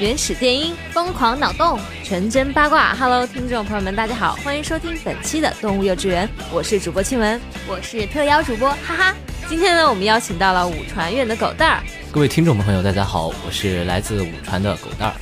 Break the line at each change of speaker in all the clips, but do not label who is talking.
原始电音，疯狂脑洞，纯真八卦。Hello，听众朋友们，大家好，欢迎收听本期的动物幼稚园，我是主播庆文，
我是特邀主播，哈哈。
今天呢，我们邀请到了五船院的狗蛋儿，
各位听众朋友，大家好，我是来自武川的狗蛋儿。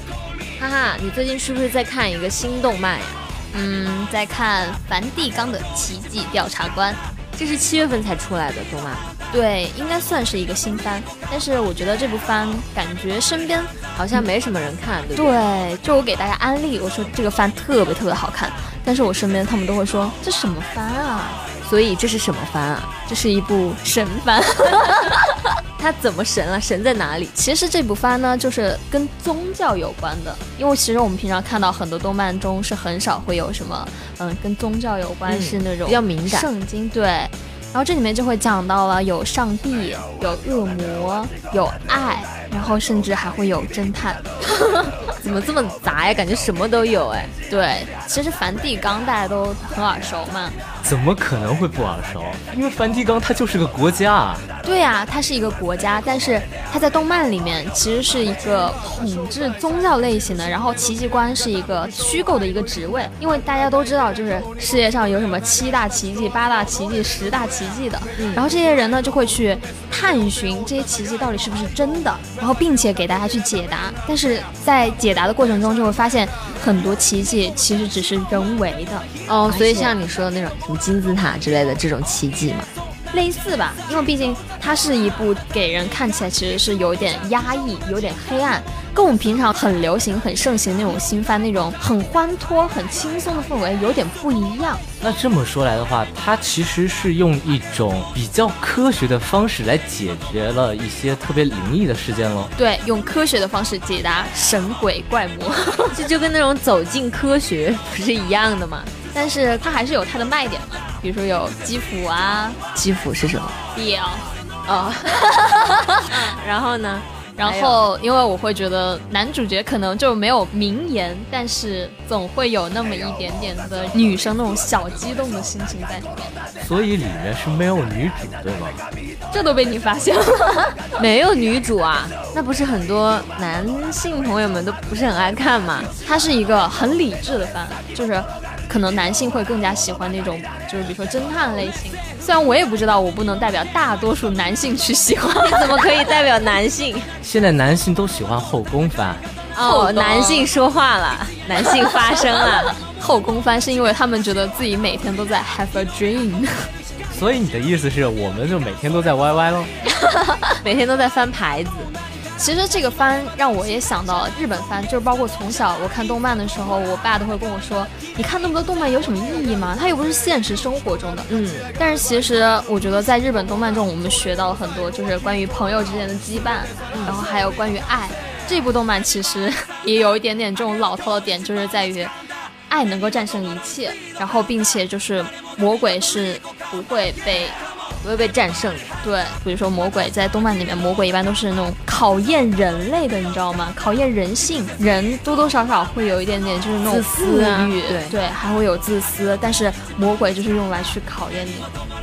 哈哈，你最近是不是在看一个新动漫呀、
嗯，在看梵蒂冈的奇迹调查官，
这是七月份才出来的动漫，
对，应该算是一个新番，但是我觉得这部番感觉身边
好像没什么人看，对不对？
对，就我给大家安利，我说这个番特别特别好看，但是我身边他们都会说这什么番啊，
所以这是什么番啊？
这是一部神 番。
它怎么神啊？神在哪里？
其实这部番呢，就是跟宗教有关的，因为其实我们平常看到很多动漫中是很少会有什么，嗯，跟宗教有关、
嗯
是那种
比较敏感
圣经对。然后这里面就会讲到了有上帝、有恶魔、有爱，然后甚至还会有侦探。
怎么这么杂呀？感觉什么都有哎。
对，其实梵蒂冈大家都很耳熟嘛。
怎么可能会不耳熟？因为梵蒂冈它就是个国家啊。
对呀、它是一个国家，但是它在动漫里面其实是一个统治宗教类型的，然后奇迹官是一个虚构的一个职位，因为大家都知道，就是世界上有什么七大奇迹、八大奇迹、十大奇迹的，然后这些人呢就会去探寻这些奇迹到底是不是真的，然后并且给大家去解答，但是在解答的过程中就会发现很多奇迹其实只是人为的。
哦，所以
而且
像你说的那种什么金字塔之类的这种奇迹 嘛，
类似吧，因为毕竟它是一部给人看起来其实是有点压抑、有点黑暗，跟我们平常很流行、很盛行那种新番那种很欢脱、很轻松的氛围有点不一样。
那这么说来的话，它其实是用一种比较科学的方式来解决了一些特别灵异的事件喽。
对，用科学的方式解答神鬼怪魔，
这就跟那种走进科学不是一样的嘛？
但是它还是有它的卖点嘛，比如说有基辅啊、
基辅是什么？
表，
哦，然后呢？
嗯然后因为我会觉得男主角可能就没有名言，但是总会有那么一点点的女生那种小激动的心情在里面，
所以里面是没有女主，对吗？
这都被你发现 了。
没有女主啊？那不是很多男性朋友们都不是很爱看吗？
它是一个很理智的番，就是可能男性会更加喜欢那种，就是比如说侦探类型。虽然我也不知道，我不能代表大多数男性去喜欢。
怎么可以代表男 性？
现在男性都喜欢后宫番，
哦，男性说话 了，男性发声了。
后宫番是因为他们觉得自己每天都在 have a dream，
所以你的意思是我们就每天都在 YY 喽？
每天都在翻牌子。
其实这个番让我也想到了日本番，就是包括从小我看动漫的时候，我爸都会跟我说：“你看那么多动漫有什么意义吗？它又不是现实生活中的。”
嗯，
但是其实我觉得在日本动漫中，我们学到了很多，就是关于朋友之间的羁绊，然后还有关于爱。这部动漫其实 也有一点点这种老套的点，就是在于爱能够战胜一切，然后并且就是魔鬼是不会被
不会被战胜的。
对，比如说魔鬼在动漫里面，魔鬼一般都是那种考验人类的，你知道吗？考验人性，人多多少少会有一点点就是那种
自私啊
欲，
对
还会有自私。但是魔鬼就是用来去考验你，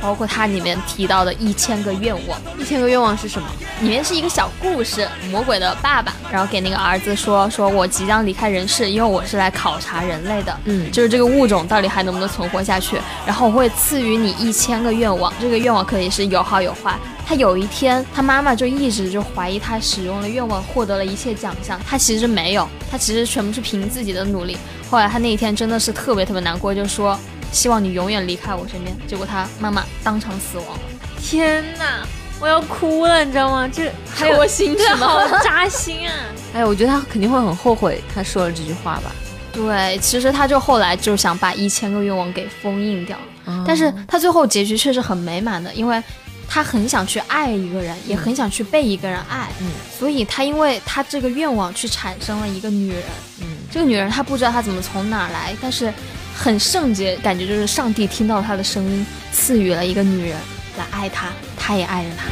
包括它里面提到的一千个愿望，
一千个愿望是什么？
里面是一个小故事，魔鬼的爸爸，然后给那个儿子说，说我即将离开人世，因为我是来考察人类的，
嗯
就是这个物种到底还能不能存活下去。然后我会赐予你一千个愿望，这个愿望可以是有好有坏。他有一天，他妈妈就一直就怀疑他使用了愿望获得了一切奖项，他其实没有，他其实全部是凭自己的努力。后来他那一天真的是特别特别难过，就说希望你永远离开我身边。结果他妈妈当场死亡。
天哪，我要哭了，你知道吗？这还有
心
这好
扎心啊！
哎，我觉得他肯定会很后悔他说了这句话吧。
对，其实他就后来就想把一千个愿望给封印掉，
哦
但
嗯
是他最后结局却是很美满的，因为他很想去爱一个人，也很想去被一个人爱，
嗯
所以他因为他这个愿望去产生了一个女人，
嗯，
这个女人她不知道她怎么从哪儿来，但是很圣洁，感觉就是上帝听到她的声音，赐予了一个女人来爱她，她也爱着她。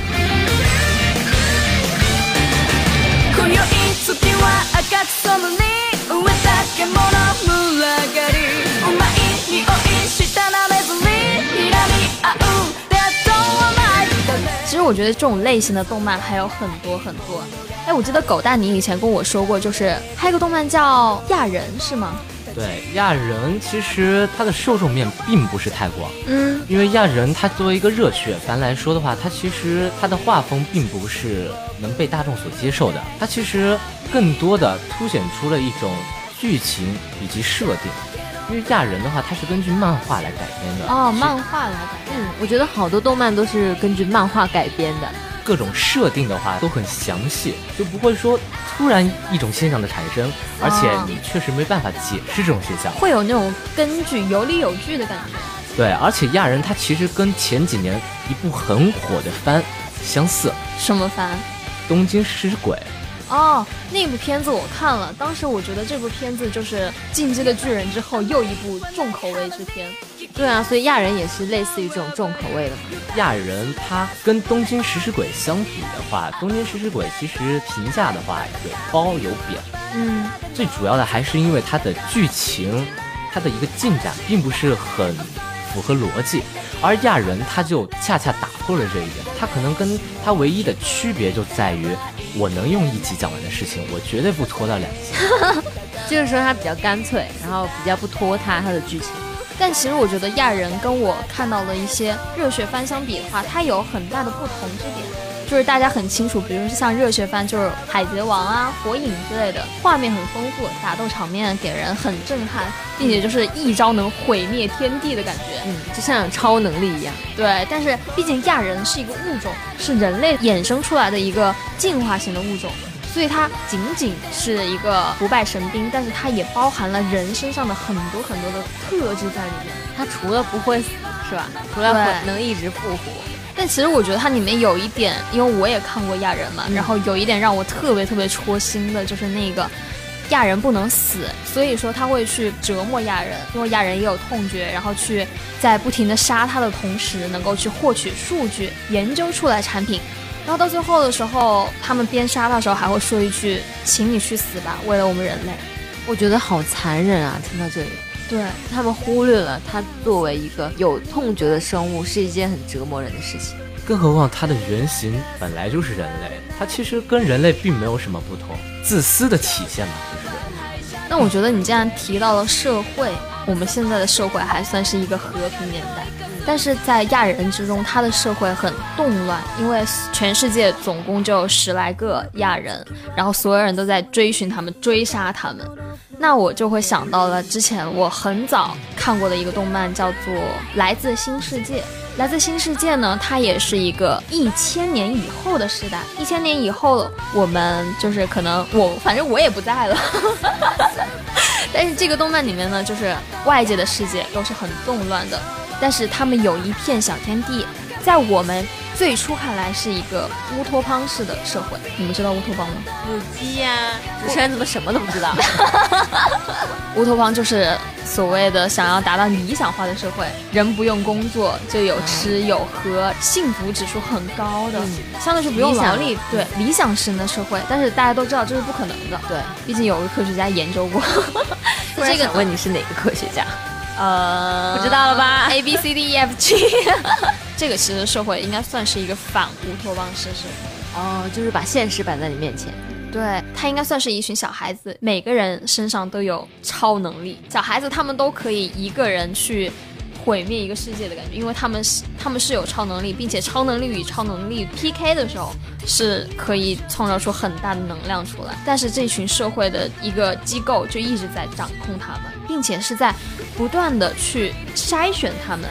今宵月は赤く染むに植えた獣群がりうまい匂いしたなめずにひらみ合う That's all I like
其实我觉得这种类型的动漫还有很多很多。哎，我记得狗蛋你以前跟我说过，就是还有个动漫叫《亚人》，是吗？
对，亚人其实它的受众面并不是太广，
嗯，
因为亚人它作为一个热血番来说的话，它其实它的画风并不是能被大众所接受的，它其实更多的凸显出了一种剧情以及设定。因为亚人的话，它是根据漫画来改编的
哦，
其实
漫画来改编。
我觉得好多动漫都是根据漫画改编的。
各种设定的话都很详细，就不会说突然一种现象的产生，而且
哦
你确实没办法解释这种现象。
会有那种根据有理有据的感觉。
对，而且亚人他其实跟前几年一部很火的番相似，《
什么番？
东京食尸鬼》。
哦，那部片子我看了，当时我觉得这部片子就是《进击的巨人》之后又一部重口味之片。
对啊，所以亚人也是类似于这种重口味的嘛。
亚人他跟东京食尸鬼相比的话，东京食尸鬼其实评价的话有褒有贬，
嗯，
最主要的还是因为它的剧情，它的一个进展并不是很符合逻辑，而亚人他就恰恰打破了这一点，他可能跟他唯一的区别就在于，我能用一集讲完的事情，我绝对不拖到两集。
这个时候它比较干脆，然后比较不拖沓它的剧情。
但其实我觉得亚人跟我看到的一些热血番相比的话，它有很大的不同之点，就是大家很清楚，比如说像热血番就是《海贼王》啊、《火影》之类的，画面很丰富，打斗场面给人很震撼，并且就是一招能毁灭天地的感觉。
嗯，就像有超能力一样。
对，但是毕竟亚人是一个物种，是人类衍生出来的一个进化型的物种，所以它仅仅是一个不败神兵，但是它也包含了人身上的很多很多的特质在里面。
它除了不会死，是吧？除了
对
会能一直复活，
但其实我觉得它里面有一点，因为我也看过亚人嘛，然后有一点让我特别特别戳心的，就是那个亚人不能死，所以说他会去折磨亚人，因为亚人也有痛觉，然后去在不停的杀他的同时，能够去获取数据，研究出来产品。然后到最后的时候，他们边杀的时候还会说一句：“请你去死吧，为了我们人类。
我觉得好残忍啊！听到这里，”
对，
他们忽略了它作为一个有痛觉的生物是一件很折磨人的事情。
更何况它的原型本来就是人类，它其实跟人类并没有什么不同，自私的体现嘛，就是。
那我觉得你既然提到了社会，我们现在的社会还算是一个和平年代，但是在亚人之中，他的社会很动乱，因为全世界总共就十来个亚人，然后所有人都在追寻他们、追杀他们。那我就会想到了之前我很早看过的一个动漫，叫做《来自新世界》。《来自新世界》呢，它也是一个一千年以后的时代。一千年以后，我们就是可能我，反正我也不在了。 但是这个动漫里面呢，就是外界的世界都是很动乱的，但是他们有一片小天地，在我们最初看来是一个乌托邦式的社会。你们知道乌托邦吗？
母鸡呀、主持人怎么什么都不知 道？
乌托邦就是所谓的想要达到理想化的社会，人不用工作就有吃有喝，幸福指数很高的，相对是不用劳
理
力
想，
对嗯理想型的社会。但是大家都知道这是不可能的，
对，
毕竟有个科学家研究 过
这
这
个
个
想问你是哪个科学家？
呃，
不知道了吧
？A B C D E F G，这个其实社会应该算是一个反乌托邦式社会。
哦，就是把现实摆在你面前。
对，它应该算是一群小孩子，每个人身上都有超能力。小孩子他们都可以一个人去毁灭一个世界的感觉，因为他们是他们是有超能力，并且超能力与超能力 PK 的时候是可以创造出很大的能量出来。但是这群社会的一个机构就一直在掌控他们，并且是在不断的去筛选他们。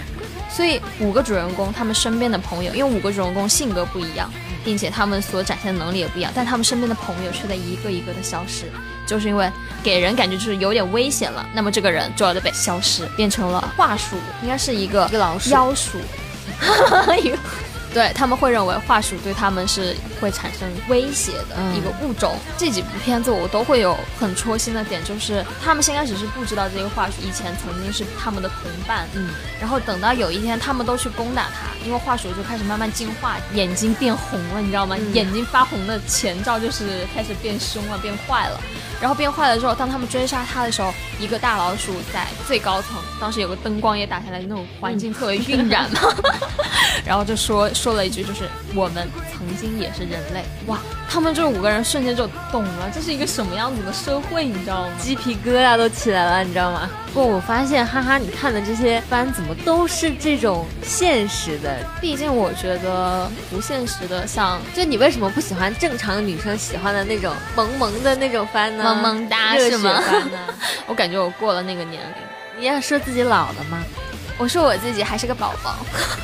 所以五个主人公他们身边的朋友，因为五个主人公性格不一样，并且他们所展现的能力也不一样，但他们身边的朋友却在一个一个的消失，就是因为给人感觉就是有点危险了，那么这个人就要被消失，变成了话术，应该是一个
一个老鼠
妖鼠，一个对他们会认为话术对他们是会产生威胁的
嗯
一个物种。这几部片子我都会有很戳心的点，就是他们先开始是不知道这个话术，以前曾经是他们的同伴，
嗯，
然后等到有一天他们都去攻打他，因为话术就开始慢慢进化，眼睛变红了，你知道吗？
嗯
眼睛发红的前兆就是开始变凶了，变坏了。然后变坏了之后，当他们追杀他的时候，一个大老鼠在最高层，当时有个灯光也打下来，那种环境特别晕染 嘛。然后就说说了一句，就是我们曾经也是人类。哇，他们这五个人瞬间就懂了，这是一个什么样子的社会，你知道吗？
鸡皮疙瘩都起来了，你知道吗？不过我发现，哈哈，你看的这些番怎么都是这种现实的？
毕竟我觉得不现实的，像
就你为什么不喜欢正常女生喜欢的那种萌萌的那种番呢？
萌萌哒是吗
热血番呢？
我感觉我过了那个年龄。
你要说自己老了吗？
我说我自己还是个宝宝。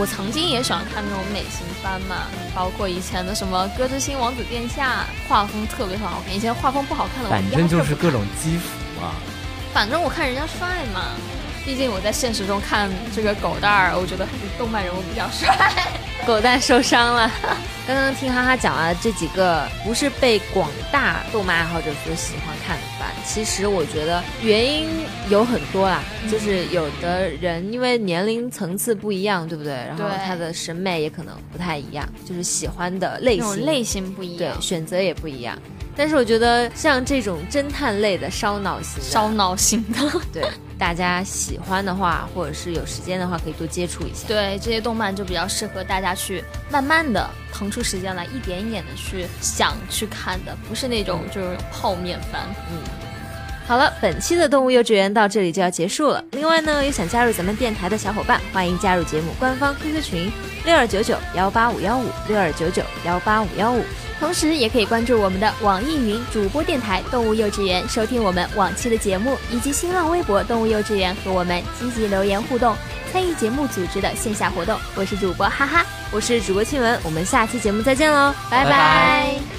我曾经也喜欢看那种美型番嘛，包括以前的什么《歌之星王子殿下》，画风特别好看。以前画风不好看的，我
反
压
正
根
就
不
是各种基辅啊嘛。
反正我看人家帅嘛。毕竟我在现实中看这个狗蛋儿，我觉得还是动漫人物比较帅。
狗蛋受伤了。刚刚听哈哈讲了这几个不是被广大动漫爱好者所喜欢看的番，其实我觉得原因有很多啦，
嗯
就是有的人因为年龄层次不一样，对不对？然后
对
他的审美也可能不太一样，就是喜欢的类
那种
型
类型啊不一
对
样，
选择也不一样。但是我觉得像这种侦探类的烧脑型的，
烧脑型的。
对大家喜欢的话，或者是有时间的话，可以多接触一下。
对这些动漫就比较适合大家去慢慢的腾出时间来，一点一点的去想去看的，不是那种就是泡面番。
好了，本期的动物幼稚园到这里就要结束了。另外呢，有想加入咱们电台的小伙伴，欢迎加入节目官方 QQ 群六二九九幺八五幺五六二九九幺八五幺五。
同时，也可以关注我们的网易云主播电台《动物幼稚园》，收听我们往期的节目，以及新浪微博“动物幼稚园”和我们积极留言互动，参与节目组织的线下活动。我是主播哈哈，
我是主播庆文，我们下期节目再见喽，拜
拜拜
拜